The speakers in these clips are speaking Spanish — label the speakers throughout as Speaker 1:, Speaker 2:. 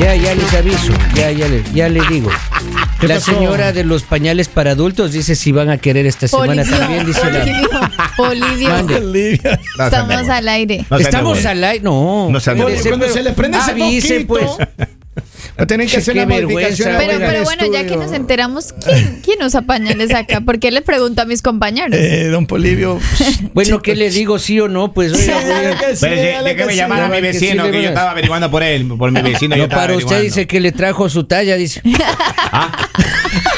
Speaker 1: Ya, ya les aviso, ya, ya, le- ya les digo.
Speaker 2: ¿Qué
Speaker 1: La
Speaker 2: pasó?
Speaker 1: señora de los pañales para adultos dice si van a querer esta semana también, dice la-
Speaker 3: Polidio,
Speaker 1: Mande.
Speaker 3: Polidio.
Speaker 2: Olivia.
Speaker 4: No sean de
Speaker 3: Estamos
Speaker 4: huevos.
Speaker 3: al aire.
Speaker 4: No sean de
Speaker 1: Estamos
Speaker 4: huevos.
Speaker 1: al aire, no.
Speaker 4: No sean de
Speaker 1: Puede ser,
Speaker 2: Cuando
Speaker 1: pero
Speaker 2: se le prende ese
Speaker 1: avise,
Speaker 2: foquito.
Speaker 1: pues.
Speaker 2: Va a tener que hacer
Speaker 1: Qué
Speaker 2: la modificación.
Speaker 1: vergüenza,
Speaker 2: ahora
Speaker 3: Pero,
Speaker 2: en el
Speaker 3: pero bueno, ya que
Speaker 2: estudio.
Speaker 3: nos enteramos, ¿quién, quién usa pañales acá? ¿Por qué le pregunto a mis compañeros?
Speaker 2: Eh, don Polivio.
Speaker 1: Bueno, ¿qué le digo? ¿Sí o no? Pues oiga, oiga.
Speaker 4: Pero de- déjeme llamar a mi
Speaker 1: que sí,
Speaker 4: vecino,
Speaker 1: de
Speaker 4: que yo
Speaker 1: verdad.
Speaker 4: estaba averiguando por él, por mi vecino. yo
Speaker 1: No,
Speaker 4: estaba
Speaker 1: para usted
Speaker 4: averiguando.
Speaker 1: dice que le trajo su talla, dice.
Speaker 4: Ah.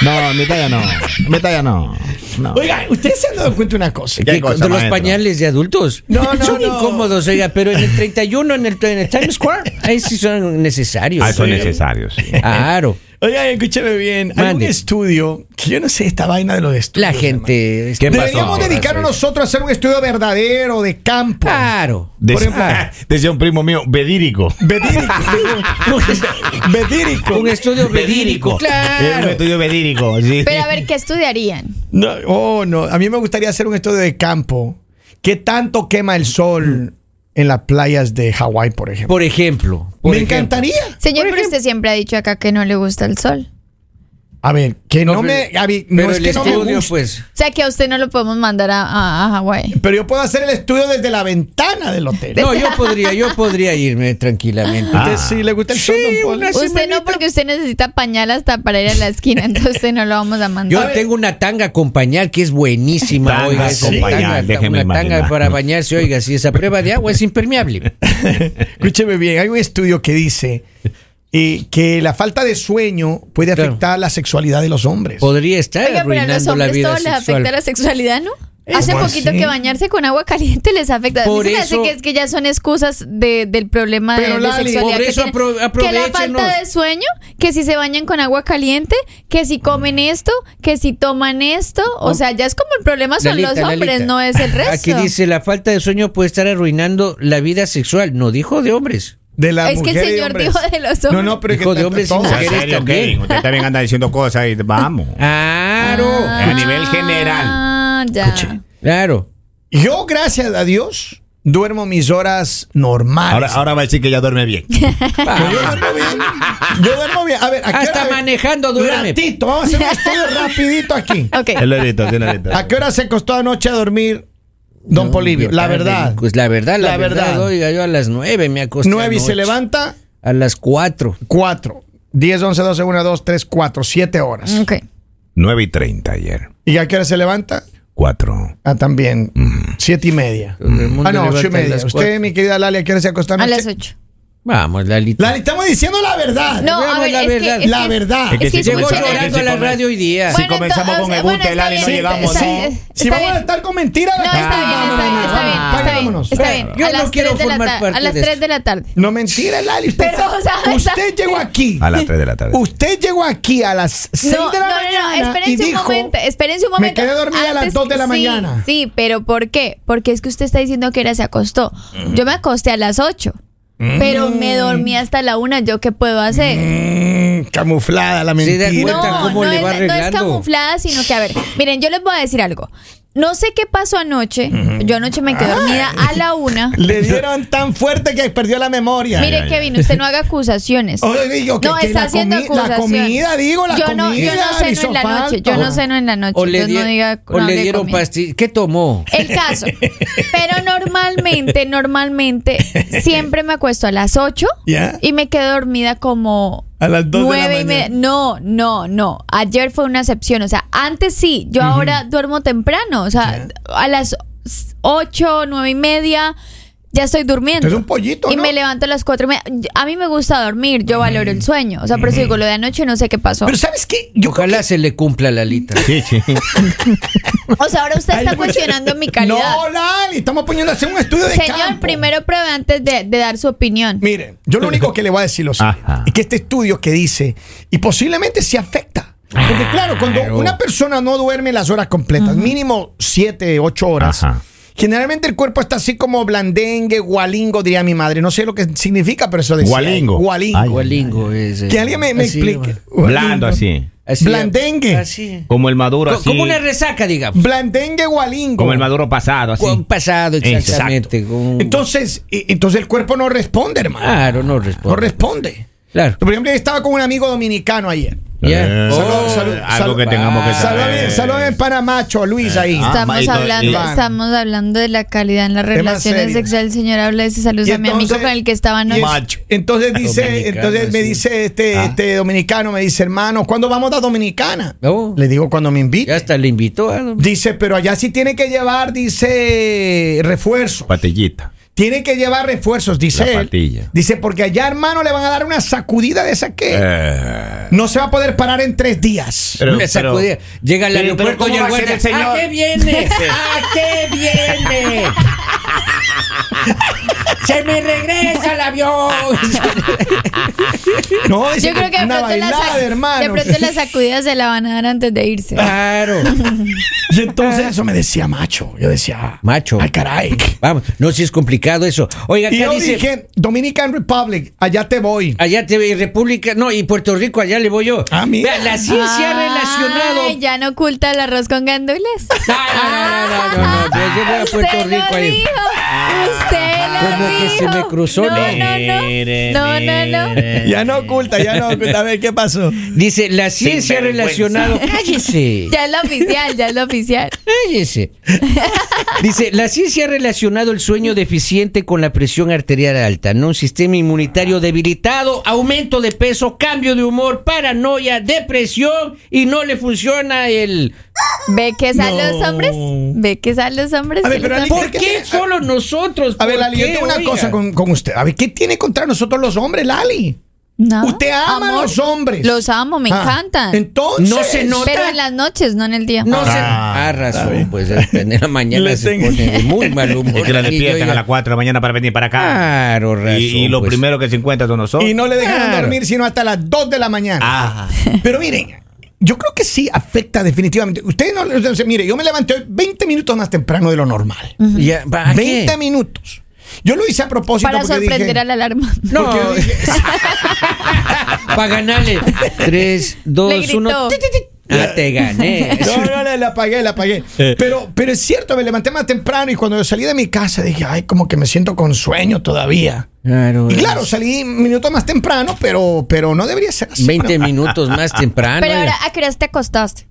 Speaker 4: No, mi talla no. Mi talla no. no.
Speaker 2: pues. Oiga, ustedes se han dado cuenta de una cosa.
Speaker 4: ¿Qué
Speaker 1: Que
Speaker 4: cosa,
Speaker 1: de los
Speaker 4: maestro?
Speaker 1: pañales de adultos.
Speaker 2: No, no,
Speaker 1: son
Speaker 2: no.
Speaker 1: incómodos, oiga, pero en el 31, en el, en el Times Square, ahí sí son necesarios.
Speaker 4: Ah, son
Speaker 1: Oiga.
Speaker 4: necesarios. sí.
Speaker 1: Claro.
Speaker 2: Oiga, escúcheme bien. Hay un
Speaker 1: Mande.
Speaker 2: estudio que yo no sé esta vaina de los estudios.
Speaker 1: La gente.
Speaker 4: ¿Qué pasó?
Speaker 2: Deberíamos
Speaker 4: Pasó.
Speaker 2: dedicarnos nosotros a hacer un estudio verdadero de campo.
Speaker 1: Claro.
Speaker 4: Dec-
Speaker 2: Por ejemplo-
Speaker 4: decía un primo mío, bedírico.
Speaker 2: Verídico. Verídico.
Speaker 1: Un estudio verídico.
Speaker 4: Es un
Speaker 1: Claro.
Speaker 4: estudio bedírico. sí.
Speaker 3: Pero a ver, ¿qué estudiarían?
Speaker 2: No, oh, no. A mí me gustaría hacer un estudio de campo. ¿Qué tanto quema el sol en las playas de Hawái, por ejemplo?
Speaker 1: Por ejemplo. por
Speaker 2: me
Speaker 1: ejemplo.
Speaker 2: encantaría.
Speaker 3: Señor, pero usted siempre ha dicho acá que no le gusta el sol.
Speaker 2: A ver, que no,
Speaker 1: No,
Speaker 2: me.
Speaker 1: pero-
Speaker 2: Gaby, no
Speaker 1: Pero
Speaker 2: es
Speaker 1: el
Speaker 2: que no me
Speaker 1: estudio,
Speaker 2: guste,
Speaker 1: pues.
Speaker 3: O sea, que a usted no lo podemos mandar a, a, a Hawái.
Speaker 2: Pero yo puedo hacer el estudio desde la ventana del hotel.
Speaker 1: No, yo podría, yo podría irme tranquilamente.
Speaker 4: Ah.
Speaker 2: Usted sí le gusta el
Speaker 1: Sí,
Speaker 2: sol, don Poli.
Speaker 1: una
Speaker 3: Usted
Speaker 1: semanita.
Speaker 3: no, porque usted necesita pañal hasta para ir a la esquina, entonces no lo vamos a
Speaker 1: Yo
Speaker 3: mandar.
Speaker 1: tengo una tanga con pañal que es buenísima,
Speaker 4: Tanga
Speaker 1: oiga.
Speaker 4: con
Speaker 1: sí.
Speaker 4: pañal,
Speaker 1: Tanga,
Speaker 4: déjeme
Speaker 1: una tanga
Speaker 4: imaginar.
Speaker 1: para bañarse, oiga, si esa prueba de agua es impermeable.
Speaker 2: Escúcheme bien, hay un estudio que dice eh, que la falta de sueño puede
Speaker 1: Claro.
Speaker 2: afectar la sexualidad de los hombres.
Speaker 1: Podría estar
Speaker 3: Oiga, pero a
Speaker 1: arruinando
Speaker 3: los
Speaker 1: la
Speaker 3: hombres
Speaker 1: vida
Speaker 3: todo les afecta
Speaker 1: sexual.
Speaker 3: la sexualidad, ¿no? Hace
Speaker 2: ¿Cómo
Speaker 3: poquito
Speaker 2: así?
Speaker 3: que bañarse con agua caliente les afecta. A mí
Speaker 1: Por
Speaker 3: se me hace
Speaker 1: eso-
Speaker 3: que es que ya son excusas de- del problema de,
Speaker 2: Pero,
Speaker 3: de
Speaker 2: Lali,
Speaker 3: sexualidad.
Speaker 1: por
Speaker 3: que
Speaker 1: eso
Speaker 3: tienen.
Speaker 1: apro-
Speaker 3: que la
Speaker 1: aprovéchenos.
Speaker 3: falta de sueño, que si se bañan con agua caliente, que si comen
Speaker 1: Mm.
Speaker 3: esto, que si toman esto. O sea, ya es como el problema son
Speaker 1: Lalita,
Speaker 3: los hombres,
Speaker 1: Lalita.
Speaker 3: no es el resto.
Speaker 1: Aquí dice la falta de sueño puede estar arruinando la vida sexual. No dijo de hombres.
Speaker 2: de la
Speaker 3: es que el
Speaker 2: mujer y
Speaker 3: señor
Speaker 2: hombres.
Speaker 3: dijo de los hombres.
Speaker 2: No, no, pero es que
Speaker 1: Dijo de
Speaker 2: tanto
Speaker 1: hombres y
Speaker 2: todo.
Speaker 4: O sea, en
Speaker 1: mujeres
Speaker 4: serio,
Speaker 1: también.
Speaker 4: Kevin, Usted también anda diciendo cosas y vamos.
Speaker 1: Ah, Claro,
Speaker 4: A nivel general.
Speaker 3: Ah, ya.
Speaker 1: claro.
Speaker 2: Yo, gracias a Dios, duermo mis horas normales.
Speaker 4: Ahora, ahora va a decir que ya duerme bien.
Speaker 2: Yo duermo bien. Yo duermo bien. A ver, ¿a qué
Speaker 1: Hasta
Speaker 2: hora-
Speaker 1: manejando duerme.
Speaker 2: Ratito, vamos a hacer un estudio rapidito aquí.
Speaker 3: Ok.
Speaker 4: lo evito, sí lo evito.
Speaker 2: ¿A qué hora se acostó anoche a dormir Don
Speaker 1: No,
Speaker 2: Polivio?
Speaker 1: yo
Speaker 2: La
Speaker 1: tarde,
Speaker 2: verdad.
Speaker 1: Pues la verdad, la,
Speaker 2: La
Speaker 1: verdad.
Speaker 2: verdad.
Speaker 1: Oiga, yo a las nueve me acosté.
Speaker 2: Nueve y se
Speaker 1: anoche.
Speaker 2: levanta,
Speaker 1: A las cuatro.
Speaker 2: cuatro. 10, 11, 12, 1, 2, 3, 4, 7 horas.
Speaker 3: Ok.
Speaker 4: 9 y 30 ayer.
Speaker 2: ¿Y a qué hora se levanta?
Speaker 4: 4.
Speaker 2: Ah, también.
Speaker 4: mm.
Speaker 2: Siete y media.
Speaker 1: Todo el mundo
Speaker 2: Ah, no,
Speaker 1: levanta
Speaker 2: ocho y
Speaker 1: a
Speaker 2: media.
Speaker 1: las
Speaker 2: Usted,
Speaker 1: cuatro.
Speaker 2: mi querida Lali, ¿a qué hora se
Speaker 3: A
Speaker 2: acostó anoche?
Speaker 3: las 8.
Speaker 1: Vamos, Lalita.
Speaker 2: Lali, estamos diciendo la verdad.
Speaker 3: No,
Speaker 1: Digamos
Speaker 3: a ver,
Speaker 1: la
Speaker 3: es
Speaker 1: verdad.
Speaker 3: que. es
Speaker 2: La
Speaker 3: que-
Speaker 2: verdad.
Speaker 3: Es que,
Speaker 4: Es que si
Speaker 1: Llegó
Speaker 4: Bueno,
Speaker 3: escuchen-
Speaker 4: es que
Speaker 1: llorando
Speaker 4: si
Speaker 1: a la
Speaker 4: come-
Speaker 1: radio hoy día.
Speaker 4: Si comenzamos con
Speaker 3: entonces-
Speaker 4: el
Speaker 3: bueno,
Speaker 4: bunte, Lali,
Speaker 3: está
Speaker 4: no
Speaker 3: bien,
Speaker 4: llegamos,
Speaker 3: está
Speaker 4: ¿no?
Speaker 3: bien,
Speaker 2: Si
Speaker 3: está
Speaker 2: vamos a
Speaker 3: bien.
Speaker 2: estar con mentiras.
Speaker 3: No, está bien,
Speaker 2: Ah,
Speaker 3: está bien, está bien,
Speaker 2: vámonos,
Speaker 3: está bien.
Speaker 2: vámonos.
Speaker 3: Está bien.
Speaker 1: Yo
Speaker 3: A
Speaker 1: no
Speaker 3: las
Speaker 1: quiero
Speaker 3: 3 de la
Speaker 1: formar
Speaker 3: tarde.
Speaker 1: parte
Speaker 3: A las
Speaker 1: de esto.
Speaker 3: 3 de la tarde.
Speaker 2: No mentira, Lali. Usted,
Speaker 3: Pero, o sea,
Speaker 2: usted llegó aquí.
Speaker 4: A las 3 de la tarde.
Speaker 2: Usted llegó aquí a las 6
Speaker 3: No,
Speaker 2: de
Speaker 3: no,
Speaker 2: la
Speaker 3: no, no,
Speaker 2: mañana. y
Speaker 3: espérense un
Speaker 2: dijo,
Speaker 3: momento, espérense un
Speaker 2: "Me
Speaker 3: momento.
Speaker 2: quedé dormida a las dos de la
Speaker 3: sí,
Speaker 2: mañana".
Speaker 3: Sí, pero ¿por qué? Porque es que usted está diciendo que era se acostó. Yo me acosté a las 8, pero me dormí hasta la 1, ¿yo qué puedo hacer?
Speaker 2: "Mm, camuflada la mentira.
Speaker 1: Sí, de acuerdo. cuenta
Speaker 3: No,
Speaker 1: cómo
Speaker 3: no,
Speaker 1: le va
Speaker 3: es, no es
Speaker 1: arreglando.
Speaker 3: camuflada, sino que, a ver, miren, yo les voy a decir algo. No sé qué pasó anoche, yo anoche me quedé dormida a la 1.
Speaker 2: Le dieron tan fuerte que perdió la memoria.
Speaker 3: Mire,
Speaker 4: ay, ay.
Speaker 3: Kevin, usted no haga acusaciones.
Speaker 2: Oye, digo, que-
Speaker 3: no,
Speaker 2: que
Speaker 3: está
Speaker 2: la
Speaker 3: haciendo
Speaker 2: comi- la
Speaker 3: acusaciones.
Speaker 2: comida, digo, la
Speaker 3: yo no, Yo
Speaker 2: comida
Speaker 3: no ceno
Speaker 2: hizo
Speaker 3: en la noche. Yo
Speaker 2: falta.
Speaker 3: no ceno en la noche.
Speaker 1: O le,
Speaker 3: entonces
Speaker 1: di-
Speaker 3: no diga
Speaker 1: o
Speaker 3: no
Speaker 1: le
Speaker 3: hable
Speaker 1: dieron
Speaker 3: conmigo.
Speaker 1: pastillas. ¿Qué tomó?
Speaker 3: El caso. Pero normalmente, normalmente, siempre me acuesto a las 8
Speaker 2: Ya.
Speaker 3: y me quedo dormida como
Speaker 2: A las dos de la
Speaker 3: nueve y media.
Speaker 2: mañana.
Speaker 3: No, no, no. Ayer fue una excepción. O sea, antes sí, yo ahora duermo temprano. O sea, a las 8, nueve y media. Ya estoy durmiendo.
Speaker 2: Es un pollito,
Speaker 3: Y
Speaker 2: ¿no?
Speaker 3: me levanto a las cuatro y media. A mí me gusta dormir, yo valoro el sueño. O sea, por eso digo, lo de anoche no sé qué pasó.
Speaker 2: Pero ¿sabes qué? Yo
Speaker 1: Ojalá se le cumpla a Lalita.
Speaker 4: Sí, sí.
Speaker 3: O sea, ahora usted está
Speaker 1: pues,
Speaker 3: cuestionando mi calidad.
Speaker 2: No, Lali, estamos poniendo a hacer un estudio de
Speaker 3: Señor,
Speaker 2: campo.
Speaker 3: primero pruebe antes de, de dar su opinión.
Speaker 2: Miren, yo lo único que le voy a decir lo siguiente,
Speaker 4: Ajá.
Speaker 2: es que este estudio que dice, y posiblemente se afecta. Porque claro, cuando
Speaker 1: Claro.
Speaker 2: una persona no duerme las horas completas, mínimo 7, 8 horas,
Speaker 4: Ajá.
Speaker 2: generalmente el cuerpo está así como blandengue, gualingo, diría mi madre. No sé lo que significa, pero eso decía.
Speaker 4: Gualingo.
Speaker 2: Gualingo.
Speaker 4: Ay,
Speaker 1: Gualingo es. eh,
Speaker 2: Que alguien me, me
Speaker 1: así,
Speaker 2: explique.
Speaker 1: eh,
Speaker 4: Blando así.
Speaker 1: así,
Speaker 2: Blandengue.
Speaker 1: Así.
Speaker 4: Como el maduro
Speaker 1: Co-
Speaker 4: así.
Speaker 1: Como una resaca, digamos.
Speaker 2: Blandengue, gualingo.
Speaker 4: Como el maduro pasado así.
Speaker 1: Con pasado, exactamente. con-
Speaker 2: Entonces, e- entonces el cuerpo no responde, hermano.
Speaker 4: Ah,
Speaker 1: Claro, no
Speaker 2: No
Speaker 1: responde.
Speaker 2: responde.
Speaker 1: Claro.
Speaker 2: Por ejemplo, yo estaba con un amigo dominicano ayer.
Speaker 1: Ya.
Speaker 4: Eh,
Speaker 2: Salud, salud,
Speaker 4: algo
Speaker 2: salud.
Speaker 4: que tengamos que
Speaker 1: Ah,
Speaker 4: saber.
Speaker 2: Saludame saludame en Panamacho, Luis, ahí.
Speaker 4: Ah,
Speaker 3: Estamos,
Speaker 4: y to-
Speaker 3: hablando,
Speaker 4: y-
Speaker 3: estamos hablando de la calidad en las
Speaker 2: más
Speaker 3: relaciones
Speaker 2: serio.
Speaker 3: sexuales. El señor habla de ese saludo
Speaker 2: Y
Speaker 3: a mi amigo
Speaker 2: entonces-
Speaker 3: con el que estaba
Speaker 2: y es-
Speaker 3: anoche.
Speaker 4: Macho.
Speaker 2: Entonces dice,
Speaker 1: Dominicano,
Speaker 2: entonces me
Speaker 1: sí.
Speaker 2: dice este,
Speaker 4: Ah.
Speaker 2: este dominicano, me dice, hermano, ¿cuándo vamos a Dominicana?
Speaker 1: Oh,
Speaker 2: Le digo cuando me
Speaker 1: ya
Speaker 2: invite.
Speaker 1: hasta le invitó ¿eh? a.
Speaker 2: Dice, pero allá sí tiene que llevar, dice, refuerzo.
Speaker 4: Patillita.
Speaker 2: Tiene que llevar refuerzos, dice
Speaker 4: La
Speaker 2: él.
Speaker 4: patilla.
Speaker 2: Dice, porque allá, hermano, le van a dar una sacudida de esa que
Speaker 4: Eh,
Speaker 2: no se va a poder parar en tres días.
Speaker 4: pero-
Speaker 1: Una sacudida. Llega al
Speaker 4: Pero-
Speaker 1: aeropuerto
Speaker 4: pero
Speaker 1: y
Speaker 4: ¿cómo
Speaker 1: el
Speaker 4: va a ser
Speaker 1: guardia,
Speaker 4: el
Speaker 1: ¿A
Speaker 4: señor?
Speaker 1: qué viene? ¿A qué viene? ¡Se me regresa el avión!
Speaker 2: No, dice
Speaker 3: Yo creo que de
Speaker 2: una
Speaker 3: pronto, las,
Speaker 2: bailada,
Speaker 3: sac- de
Speaker 2: hermano.
Speaker 3: pronto las sacudidas se la van a dar antes de irse.
Speaker 1: claro.
Speaker 2: Y entonces eso me decía macho. Yo decía,
Speaker 1: Macho.
Speaker 2: Ay, caray.
Speaker 1: Vamos, no si es complicado eso. Oiga,
Speaker 2: Y
Speaker 1: acá
Speaker 2: yo
Speaker 1: dice,
Speaker 2: dije, Dominican Republic, allá te voy.
Speaker 1: allá te ve República, no, y Puerto Rico, allá le voy yo.
Speaker 2: Ah, mira.
Speaker 1: Vea, La ciencia ha
Speaker 3: Ay,
Speaker 1: relacionado.
Speaker 3: ya no oculta el arroz con gandules.
Speaker 1: No, no, no, no, no, no, yo- yo voy a Puerto
Speaker 3: Usted
Speaker 1: Rico
Speaker 3: lo
Speaker 1: ahí.
Speaker 3: dijo. Usted lo
Speaker 1: Como que
Speaker 3: dijo.
Speaker 1: se me cruzó,
Speaker 3: No, no,
Speaker 1: ¿no?
Speaker 3: no. No, no, no.
Speaker 2: Ya no oculta, ya no oculta. A ver, ¿qué pasó?
Speaker 1: Dice, la ciencia ha relacionado. Cállese.
Speaker 3: Ya es lo oficial, ya es lo oficial.
Speaker 1: Cállese. Dice, la ciencia ha relacionado el sueño deficiente con la presión arterial alta, ¿no? Un sistema inmunitario debilitado, aumento de peso, cambio de humor, paranoia, depresión y no le funciona el...
Speaker 3: ¿Ve que salen
Speaker 2: No.
Speaker 3: los hombres? ¿Ve que salen los hombres?
Speaker 2: A ver,
Speaker 3: que
Speaker 2: pero
Speaker 3: los
Speaker 2: Ali-
Speaker 3: hombres-
Speaker 1: ¿Por qué solo nosotros?
Speaker 2: A ver,
Speaker 1: ¿Por
Speaker 2: Lali, yo
Speaker 1: qué,
Speaker 2: tengo una
Speaker 1: oiga?
Speaker 2: cosa con, con usted. A ver, ¿qué tiene contra nosotros los hombres, Lali?
Speaker 3: No.
Speaker 2: Usted ama a
Speaker 3: Amor,
Speaker 2: los hombres.
Speaker 3: Los amo, me
Speaker 2: Ah,
Speaker 3: encantan.
Speaker 2: Entonces.
Speaker 1: No se nota.
Speaker 3: Pero en las noches, no en el día.
Speaker 1: No sé.
Speaker 4: Ah,
Speaker 1: Ah, razón, pues en la mañana
Speaker 2: Le
Speaker 1: se
Speaker 2: tengo-
Speaker 1: pone de muy mal humor.
Speaker 4: Es que la
Speaker 1: Y yo
Speaker 4: despiertan
Speaker 1: ya-
Speaker 4: a las 4 de la mañana para venir para acá.
Speaker 1: Claro, razón.
Speaker 4: y, y lo
Speaker 1: pues.
Speaker 4: primero que se encuentra son nosotros.
Speaker 2: Ah, Y no le dejaron
Speaker 1: Claro.
Speaker 2: dormir sino hasta las 2 de la mañana.
Speaker 4: Ah,
Speaker 2: Pero miren, yo creo que sí afecta definitivamente. Usted no. o sea, mire, yo me levanté hoy 20 minutos más temprano de lo normal.
Speaker 1: Ya, ¿para qué?
Speaker 2: 20 minutos. Yo lo hice a propósito
Speaker 3: Para
Speaker 2: porque
Speaker 3: sorprender
Speaker 2: dije,
Speaker 3: a la alarma.
Speaker 1: No,
Speaker 2: porque yo dije,
Speaker 1: para ganarle. 3, 2,
Speaker 3: gritó.
Speaker 1: 1. Ah, te gané.
Speaker 2: No, no, la, la apagué, la apagué. Pero, pero es cierto, me levanté más temprano y cuando salí de mi casa dije, ay, como que me siento con sueño todavía.
Speaker 1: Claro.
Speaker 2: Y
Speaker 4: Pues.
Speaker 2: claro, salí minutos más temprano, pero, pero no debería ser así.
Speaker 1: 20
Speaker 2: ¿no?
Speaker 1: minutos más temprano.
Speaker 3: Pero ahora,
Speaker 1: oiga.
Speaker 3: ¿a qué hora te acostaste?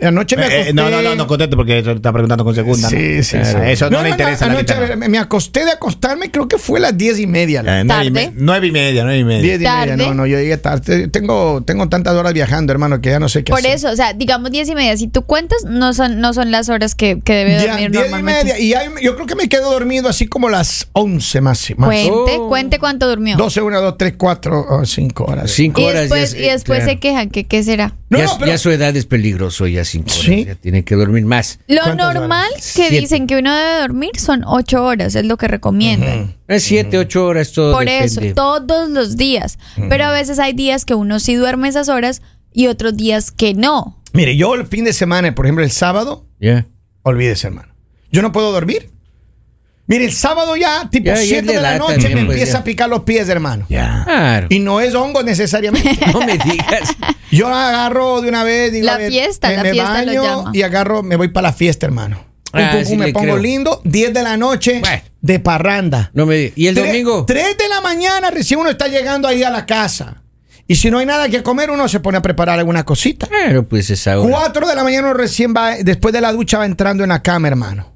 Speaker 2: Anoche me
Speaker 4: eh,
Speaker 2: acosté.
Speaker 4: eh, no, no, no, no conteste porque eso está preguntando con segunda. ¿no?
Speaker 2: Sí, sí,
Speaker 4: Claro.
Speaker 2: sí.
Speaker 4: Eso no, le interesa a la
Speaker 2: anoche,
Speaker 4: mitad,
Speaker 2: a ver,
Speaker 4: ¿no?
Speaker 2: me acosté de acostarme, creo que fue a las 10 y media.
Speaker 4: Eh, nueve, y me-
Speaker 3: Tarde.
Speaker 4: nueve y media, nueve y
Speaker 1: Eh,
Speaker 4: media.
Speaker 2: 10 y media,
Speaker 3: Tarde.
Speaker 2: no, no, yo llegué tarde. Tengo, tengo tantas horas viajando, hermano, que ya no sé qué
Speaker 3: Por
Speaker 2: hacer.
Speaker 3: eso, o sea, digamos 10 y media. Si tú cuentas, no son, no son las horas que, que debe
Speaker 2: Ya,
Speaker 3: dormir
Speaker 2: 10 y
Speaker 3: normalmente.
Speaker 2: media. Y ya- yo creo que me quedo dormido así como las 11 más. más.
Speaker 3: Cuente,
Speaker 1: Oh.
Speaker 3: cuente cuánto durmió.
Speaker 2: 12, 1, 2, 3, 4, 5 oh, horas.
Speaker 1: Cinco
Speaker 3: y
Speaker 1: horas ya
Speaker 3: después,
Speaker 1: es-
Speaker 3: y después
Speaker 1: claro.
Speaker 3: se quejan, que qué será?
Speaker 2: No,
Speaker 1: ya,
Speaker 2: no, pero-
Speaker 1: ya su edad es peligroso, ya 5 horas.
Speaker 2: Sí.
Speaker 1: Ya tiene que dormir más.
Speaker 3: Lo
Speaker 2: ¿Cuántas
Speaker 3: normal
Speaker 1: horas?
Speaker 3: que
Speaker 1: Siete.
Speaker 3: dicen que uno debe dormir son 8 horas, es lo que recomiendan.
Speaker 1: 7, 8 horas todo.
Speaker 3: Por
Speaker 1: depende.
Speaker 3: eso, todos los días. Pero a veces hay días que uno sí duerme esas horas y otros días que no.
Speaker 2: Mire, yo el fin de semana, por ejemplo, el sábado,
Speaker 1: Ya.
Speaker 2: olvídese, hermano. Yo no puedo dormir. Mire, el sábado ya, tipo
Speaker 1: Ya, ya
Speaker 2: 7
Speaker 1: le
Speaker 2: de la
Speaker 1: da
Speaker 2: noche,
Speaker 1: también,
Speaker 2: me
Speaker 1: pues, ya.
Speaker 2: empieza a picar los pies, hermano.
Speaker 4: Ya.
Speaker 1: Claro.
Speaker 2: Y no es hongo necesariamente.
Speaker 1: No me digas.
Speaker 2: Yo agarro de una vez, digo,
Speaker 3: La
Speaker 2: a ver,
Speaker 3: fiesta,
Speaker 2: me,
Speaker 3: la
Speaker 2: me
Speaker 3: fiesta lo
Speaker 2: baño
Speaker 3: llama.
Speaker 2: y agarro, me voy para la fiesta, hermano. Pum,
Speaker 1: Ah,
Speaker 2: pum,
Speaker 1: sí
Speaker 2: pum, me
Speaker 1: le
Speaker 2: pongo
Speaker 1: creo.
Speaker 2: lindo, 10 de la noche,
Speaker 1: Bueno.
Speaker 2: de parranda.
Speaker 1: No me digas. ¿Y el domingo?
Speaker 2: 3 de la mañana recién uno está llegando ahí a la casa. Y si no hay nada que comer, uno se pone a preparar alguna cosita.
Speaker 1: Claro, pues es ahora.
Speaker 2: 4 de la mañana uno recién va, después de la ducha va entrando en la cama, hermano.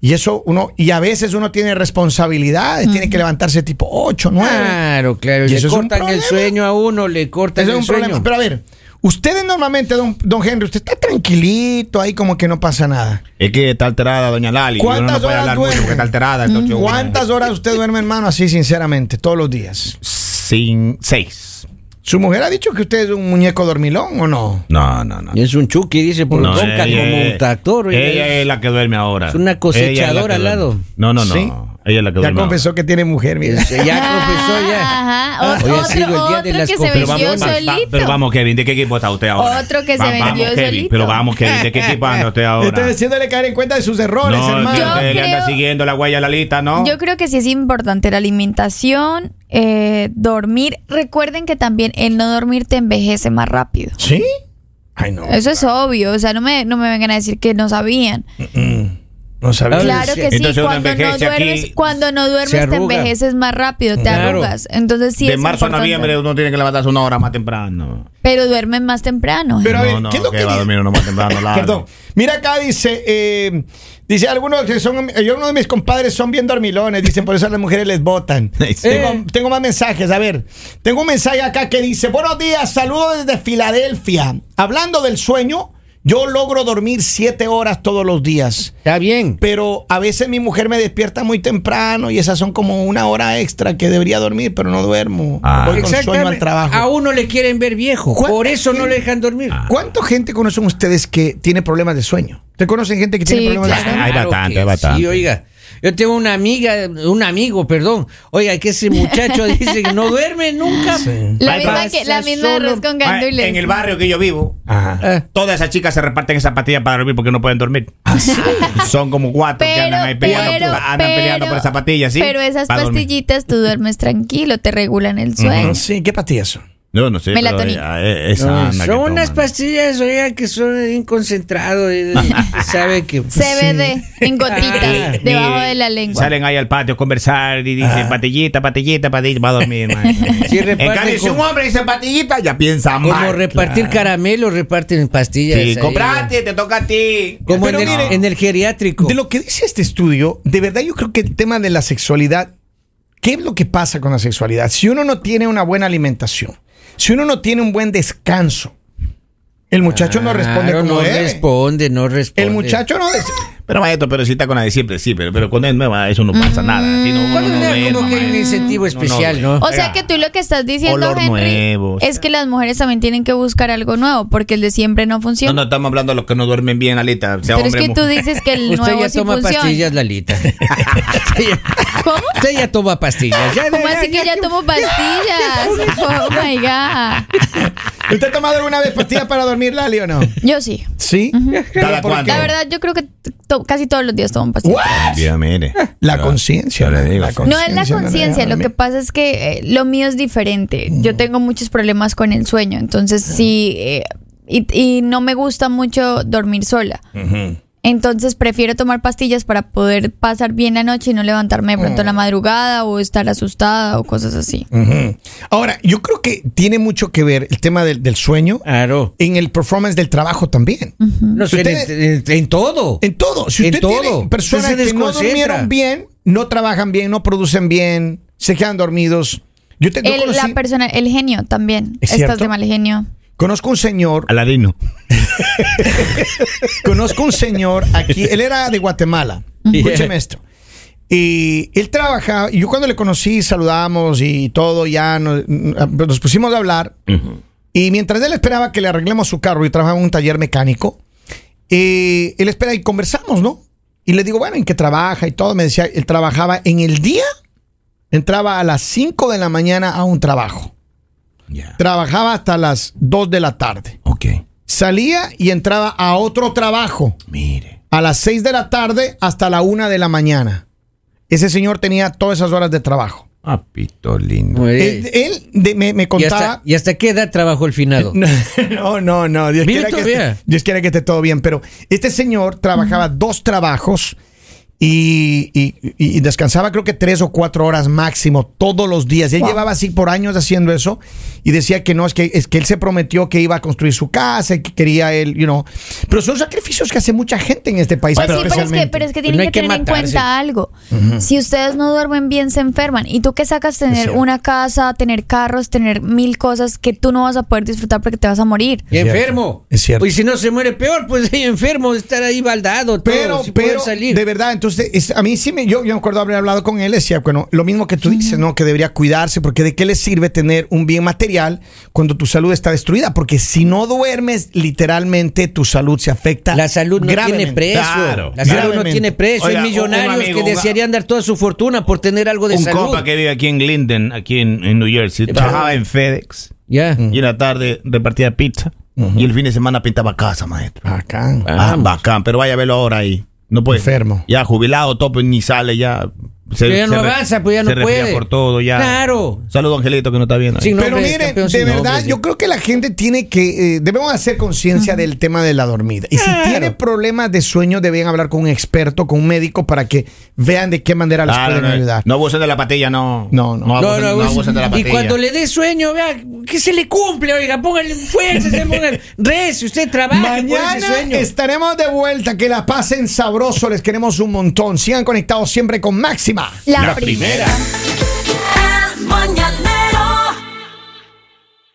Speaker 2: Y eso uno, y a veces uno tiene responsabilidades, tiene que levantarse tipo 8, 9.
Speaker 1: Claro, claro.
Speaker 2: Y
Speaker 1: Le
Speaker 2: eso es un
Speaker 1: cortan el
Speaker 2: problema.
Speaker 1: sueño a uno, le cortan
Speaker 2: Ese
Speaker 1: el
Speaker 2: es un
Speaker 1: sueño.
Speaker 2: problema. Pero a ver, ustedes normalmente, don, don Henry, usted está tranquilito ahí como que no pasa nada.
Speaker 4: Es que está alterada doña Lali. y Uno
Speaker 2: ¿Cuántas
Speaker 4: no puede
Speaker 2: horas
Speaker 4: hablar
Speaker 2: duerme?
Speaker 4: mucho porque está alterada. entonces, bueno,
Speaker 2: ¿Cuántas horas usted duerme, hermano, así sinceramente, todos los días?
Speaker 4: Sin seis.
Speaker 2: ¿Su mujer ha dicho que usted es un muñeco dormilón o no?
Speaker 4: No, no, no.
Speaker 1: Es un chucky, dice, por
Speaker 4: No, eh,
Speaker 1: ronca
Speaker 4: ella
Speaker 1: como
Speaker 4: es-
Speaker 1: un tractor. oiga.
Speaker 4: Ella es la que duerme ahora.
Speaker 1: Es una
Speaker 4: Ella es la
Speaker 1: cosechadora
Speaker 4: que
Speaker 1: al lado.
Speaker 4: duerme. No, no, no.
Speaker 2: Sí.
Speaker 4: Ella es la que
Speaker 2: Ya
Speaker 4: duerme.
Speaker 2: confesó que tiene mujer, mira.
Speaker 1: Es- Ah, ya confesó
Speaker 3: Ah, Ajá,
Speaker 1: ya.
Speaker 3: ajá. O-
Speaker 1: Hoy ha
Speaker 3: otro-
Speaker 1: sido el día de
Speaker 3: otro
Speaker 1: las
Speaker 3: que se
Speaker 4: ahora. Pero
Speaker 1: confesiones.
Speaker 3: vendió
Speaker 4: vamos, va-
Speaker 3: solito.
Speaker 4: pero vamos, Kevin, ¿de qué equipo está usted ahora?
Speaker 3: Otro que se
Speaker 4: vamos,
Speaker 3: vendió
Speaker 4: Kevin,
Speaker 3: solito.
Speaker 4: Pero vamos, Kevin, ¿de qué equipo anda usted ahora?
Speaker 2: Estoy haciéndole caer en cuenta de sus errores,
Speaker 4: no,
Speaker 2: Este hermano.
Speaker 4: que
Speaker 3: Yo
Speaker 4: usted le anda
Speaker 3: creo-
Speaker 4: siguiendo la huella a la lista, ¿no?
Speaker 3: Yo creo que sí es importante la alimentación, eh, dormir. Recuerden que también el no dormir te envejece más rápido.
Speaker 2: ¿Sí? Ay, no.
Speaker 3: Eso es obvio, o sea, no me, no me vengan a decir que no sabían.
Speaker 2: No sabía.
Speaker 3: Claro que sí,
Speaker 4: Entonces uno
Speaker 3: cuando no,
Speaker 4: envejece aquí,
Speaker 3: duermes, cuando no
Speaker 1: se
Speaker 3: duermes te
Speaker 1: arruga.
Speaker 3: envejeces más rápido, te
Speaker 1: Claro.
Speaker 3: arrugas. Entonces sí
Speaker 4: de
Speaker 3: es
Speaker 4: marzo a
Speaker 3: importante.
Speaker 4: noviembre uno tiene que levantarse una hora más temprano.
Speaker 3: Pero duermes más temprano.
Speaker 2: Pero a ver,
Speaker 4: no, no,
Speaker 2: ¿qué es lo que
Speaker 4: va a
Speaker 2: dice?
Speaker 4: dormir uno más temprano? largo.
Speaker 2: Perdón. Mira acá dice, eh, dice algunos que son, yo uno de mis compadres son bien dormilones, dicen por eso a las mujeres les votan.
Speaker 4: Sí.
Speaker 2: Tengo, tengo más mensajes, a ver. Tengo un mensaje acá que dice, buenos días, saludos desde Filadelfia. Hablando del sueño, yo logro dormir siete horas todos los días.
Speaker 1: Está bien.
Speaker 2: Pero a veces mi mujer me despierta muy temprano y esas son como una hora extra que debería dormir, pero no duermo.
Speaker 4: Ah.
Speaker 2: Voy con sueño al trabajo.
Speaker 1: A uno le quieren ver viejo.
Speaker 2: ¿Cuánta
Speaker 1: Por eso no
Speaker 2: gente-
Speaker 1: le dejan dormir.
Speaker 4: Ah,
Speaker 2: ¿Cuánta gente conocen ustedes que tiene problemas de sueño? ¿Te conocen gente que tiene
Speaker 3: Sí,
Speaker 2: problemas de
Speaker 3: claro.
Speaker 2: sueño?
Speaker 4: Hay
Speaker 1: Claro
Speaker 4: bastante,
Speaker 1: que
Speaker 4: hay bastante.
Speaker 1: Sí, oiga. Yo tengo una amiga, un amigo, perdón. Oiga, que ese muchacho dice que no duerme nunca.
Speaker 3: La
Speaker 4: Ahí
Speaker 3: misma,
Speaker 4: pasa
Speaker 3: que, la misma
Speaker 1: solo-
Speaker 3: arroz con
Speaker 4: Ah,
Speaker 3: gandules.
Speaker 4: En el barrio que yo vivo,
Speaker 3: Eh.
Speaker 1: Ah.
Speaker 4: todas esas chicas se reparten esas pastillas para dormir porque no pueden dormir. Son como cuatro que
Speaker 3: Ah, pero,
Speaker 4: andan ahí peleando,
Speaker 3: pero,
Speaker 4: andan
Speaker 3: pero-
Speaker 4: peleando por esas pastillas, ¿sí?
Speaker 3: Pero esas
Speaker 4: Pa' dormir.
Speaker 3: pastillitas tú duermes tranquilo, te regulan el sueño.
Speaker 2: Sí, ¿qué pastillas son?
Speaker 4: No, no sé. pero,
Speaker 3: Melatonina.
Speaker 4: eh, eh, esa
Speaker 1: No,
Speaker 4: anda que
Speaker 1: son unas
Speaker 4: toman.
Speaker 1: pastillas, oiga, que son bien concentrado. eh, sabe que
Speaker 3: CBD en gotitas
Speaker 1: Ah.
Speaker 3: Eh, debajo
Speaker 4: Y
Speaker 3: de la lengua.
Speaker 4: Salen ahí al patio a conversar y dicen patillita, patillita, patillita, va a dormir. maestro.
Speaker 1: Sí,
Speaker 4: en
Speaker 1: Ah. reparten
Speaker 4: cambio, si
Speaker 1: con-
Speaker 4: un hombre dice patillita, ya piensa
Speaker 1: como
Speaker 4: mal.
Speaker 1: repartir caramelos, reparten pastillas.
Speaker 4: Sí,
Speaker 1: ahí,
Speaker 4: comprate, te toca a ti.
Speaker 1: Como en
Speaker 2: Pero
Speaker 1: el,
Speaker 2: mire,
Speaker 1: en el geriátrico.
Speaker 2: De lo que dice este estudio, de verdad yo creo que el tema de la sexualidad, ¿qué es lo que pasa con la sexualidad? Si uno no tiene una buena alimentación, si uno no tiene un buen descanso, el muchacho no responde
Speaker 1: Claro, no
Speaker 2: como debe.
Speaker 1: responde, no responde.
Speaker 2: El muchacho no... des-
Speaker 4: Pero maestro, pero si está con la de siempre, sí, pero, pero cuando es nueva, eso no pasa nada. Si no, uno
Speaker 1: ¿Cuál
Speaker 4: no
Speaker 1: era
Speaker 4: ve,
Speaker 1: como que
Speaker 4: maestro.
Speaker 1: un incentivo
Speaker 4: No,
Speaker 1: especial,
Speaker 4: no,
Speaker 1: no?
Speaker 3: O sea que tú lo que estás diciendo,
Speaker 4: Olor
Speaker 3: Henry,
Speaker 4: nuevo, o sea.
Speaker 3: es que las mujeres también tienen que buscar algo nuevo, porque el de siempre no
Speaker 4: No,
Speaker 3: funciona.
Speaker 4: no, estamos hablando de los que no duermen bien, Alita. Sea
Speaker 3: Pero es
Speaker 4: hombre,
Speaker 3: que tú
Speaker 4: mujer.
Speaker 3: dices que el
Speaker 1: Usted
Speaker 3: nuevo
Speaker 1: ya
Speaker 3: sí
Speaker 1: toma
Speaker 3: funciona.
Speaker 1: pastillas, Lalita. Usted ya-
Speaker 3: ¿Cómo?
Speaker 1: Usted ya toma pastillas. Ya,
Speaker 3: ¿Cómo
Speaker 1: ya,
Speaker 3: así que ya tomo pastillas? Oh my god.
Speaker 2: ¿Usted ha tomado alguna vez pastillas para dormir, Lali, o no?
Speaker 3: Yo sí.
Speaker 2: ¿Sí?
Speaker 4: ¿Cada
Speaker 2: ¿Por
Speaker 4: cuánto?
Speaker 2: qué?
Speaker 3: La verdad, yo creo que to- casi todos los días tomo pastillas.
Speaker 2: ¿What?
Speaker 4: Bien, mire.
Speaker 2: La
Speaker 4: Yo-
Speaker 2: conciencia.
Speaker 4: yo le digo,
Speaker 2: la
Speaker 4: sí.
Speaker 3: No es la
Speaker 2: conciencia,
Speaker 3: conciencia, lo que pasa es que eh, lo mío es diferente.
Speaker 2: Mm.
Speaker 3: Yo tengo muchos problemas con el sueño, entonces sí, eh, y, y no me gusta mucho dormir sola.
Speaker 2: Mm.
Speaker 3: Entonces prefiero tomar pastillas para poder pasar bien la noche y no levantarme de pronto en la
Speaker 2: Mm.
Speaker 3: madrugada o estar asustada o cosas así.
Speaker 2: Ujú. Ahora, yo creo que tiene mucho que ver el tema del, del sueño
Speaker 1: Claro.
Speaker 2: en el performance del trabajo también.
Speaker 1: No sé, en,
Speaker 2: Ustedes-
Speaker 1: en- en todo.
Speaker 2: En todo. Si usted
Speaker 1: En todo.
Speaker 2: tiene personas
Speaker 1: Usted se
Speaker 2: que no
Speaker 1: desconcentra.
Speaker 2: durmieron bien, no trabajan bien, no producen bien, se quedan dormidos. Yo, te, yo
Speaker 3: El,
Speaker 2: conocí-
Speaker 3: la persona, el genio también.
Speaker 2: ¿Es
Speaker 3: Estás
Speaker 2: cierto?
Speaker 3: de mal genio.
Speaker 2: conozco un señor,
Speaker 4: Aladino.
Speaker 2: conozco un señor aquí, él era de Guatemala.
Speaker 1: Ujú.
Speaker 2: Escúcheme esto. Y él trabajaba, y yo cuando le conocí, saludamos y todo, ya nos, nos pusimos a hablar. Y mientras él esperaba que le arreglemos su carro y trabajaba en un taller mecánico, eh, él espera y conversamos, ¿no? Y le digo, bueno, ¿en qué trabaja? Y todo. Me decía, él trabajaba en el día, entraba a las 5 de la mañana a un trabajo.
Speaker 4: Ya.
Speaker 2: Trabajaba hasta las 2 de la tarde.
Speaker 4: Ok.
Speaker 2: Salía y entraba a otro trabajo
Speaker 4: Mire.
Speaker 2: a las 6 de la tarde hasta la 1 de la mañana. Ese señor tenía todas esas horas de trabajo.
Speaker 4: Papito lindo.
Speaker 1: Muy bien.
Speaker 2: Él, él de- me, me
Speaker 1: ¿Y, hasta,
Speaker 2: contaba...
Speaker 1: y hasta qué edad trabajó el finado?
Speaker 2: No, no, no. Dios
Speaker 1: Vive
Speaker 2: quiera, que
Speaker 1: todavía.
Speaker 2: esté, Dios quiera que esté todo bien. Pero este señor trabajaba dos trabajos y, y- y descansaba creo que tres o cuatro horas máximo todos los días. Y él llevaba así por años haciendo eso y decía que no, es que, es que él se prometió que iba a construir su casa, y que quería él, you know. Pero son sacrificios que hace mucha gente en este país.
Speaker 3: Pues sí, pero es que,
Speaker 2: especialmente.
Speaker 3: pero es que
Speaker 1: Pues
Speaker 3: tienen
Speaker 1: no hay
Speaker 3: que,
Speaker 1: que
Speaker 3: tener en
Speaker 1: matarse.
Speaker 3: cuenta algo. Si ustedes no duermen bien, se enferman. ¿Y tú qué sacas tener
Speaker 2: cierto.
Speaker 3: una casa, tener carros, tener mil cosas que tú no vas a poder disfrutar porque te vas a morir?
Speaker 1: Y
Speaker 2: cierto,
Speaker 1: enfermo.
Speaker 2: es cierto.
Speaker 1: Y si no se muere peor, pues ahí enfermo, estar ahí baldado, todo,
Speaker 2: Pero,
Speaker 1: sin poder
Speaker 2: pero,
Speaker 1: salir.
Speaker 2: de verdad, entonces, es- a mí sí me, yo, yo me acuerdo haber hablado con él, decía, bueno, lo mismo que tú dices, ¿no? Que debería cuidarse, porque de qué le sirve tener un bien material cuando tu salud está destruida, porque si no duermes, literalmente tu salud se afecta.
Speaker 1: La salud no tiene
Speaker 2: gravemente.
Speaker 1: precio.
Speaker 4: Claro,
Speaker 1: la salud
Speaker 2: gravemente.
Speaker 1: no tiene precio.
Speaker 4: Oiga,
Speaker 1: Hay millonarios
Speaker 4: un amigo,
Speaker 1: que
Speaker 4: un-
Speaker 1: desearían dar toda su fortuna por tener algo de
Speaker 4: Un
Speaker 1: salud.
Speaker 4: compa que vive aquí en Linden, aquí en, en New Jersey, trabajaba en FedEx
Speaker 1: Ya.
Speaker 4: y en la tarde repartía pizza y el fin de semana pintaba casa, maestro.
Speaker 2: Bacán.
Speaker 1: Ah.
Speaker 2: Ah,
Speaker 4: Ah, bacán, pero vaya a verlo ahora ahí. No puede.
Speaker 2: Enfermo.
Speaker 4: Ya jubilado, tope, ni sale ya.
Speaker 1: Pero ya no
Speaker 4: re-
Speaker 1: avanza, pues ya no
Speaker 4: se resfría
Speaker 1: puede.
Speaker 4: por todo, ya.
Speaker 1: Claro.
Speaker 4: Saludos, Angelito, que no está viendo. ahí.
Speaker 1: Sin
Speaker 2: Pero
Speaker 1: nombres,
Speaker 2: miren,
Speaker 1: campeón, sin
Speaker 2: de verdad,
Speaker 1: nombres.
Speaker 2: yo creo que la gente tiene que, eh, debemos hacer conciencia del tema de la dormida. Y si
Speaker 1: Claro.
Speaker 2: tiene problemas de sueño, deben hablar con un experto, con un médico, para que vean de qué manera las
Speaker 4: Claro,
Speaker 2: pueden
Speaker 4: no,
Speaker 2: ayudar.
Speaker 4: No abusen de la patilla, no.
Speaker 2: No, no.
Speaker 1: No,
Speaker 4: abusen,
Speaker 1: no,
Speaker 4: no
Speaker 1: vos-
Speaker 4: abusen de la
Speaker 1: y
Speaker 4: patilla.
Speaker 1: cuando le dé sueño, vea, que se le cumple, oiga, póngale fuerza, se ponga rece, usted trabaja por ese
Speaker 2: Mañana
Speaker 1: sueño.
Speaker 2: estaremos de vuelta. Que la pasen sabroso. Les queremos un montón. Sigan conectados siempre con Máxima.
Speaker 3: La,
Speaker 4: La
Speaker 3: primera.
Speaker 4: primera.
Speaker 5: El mañanero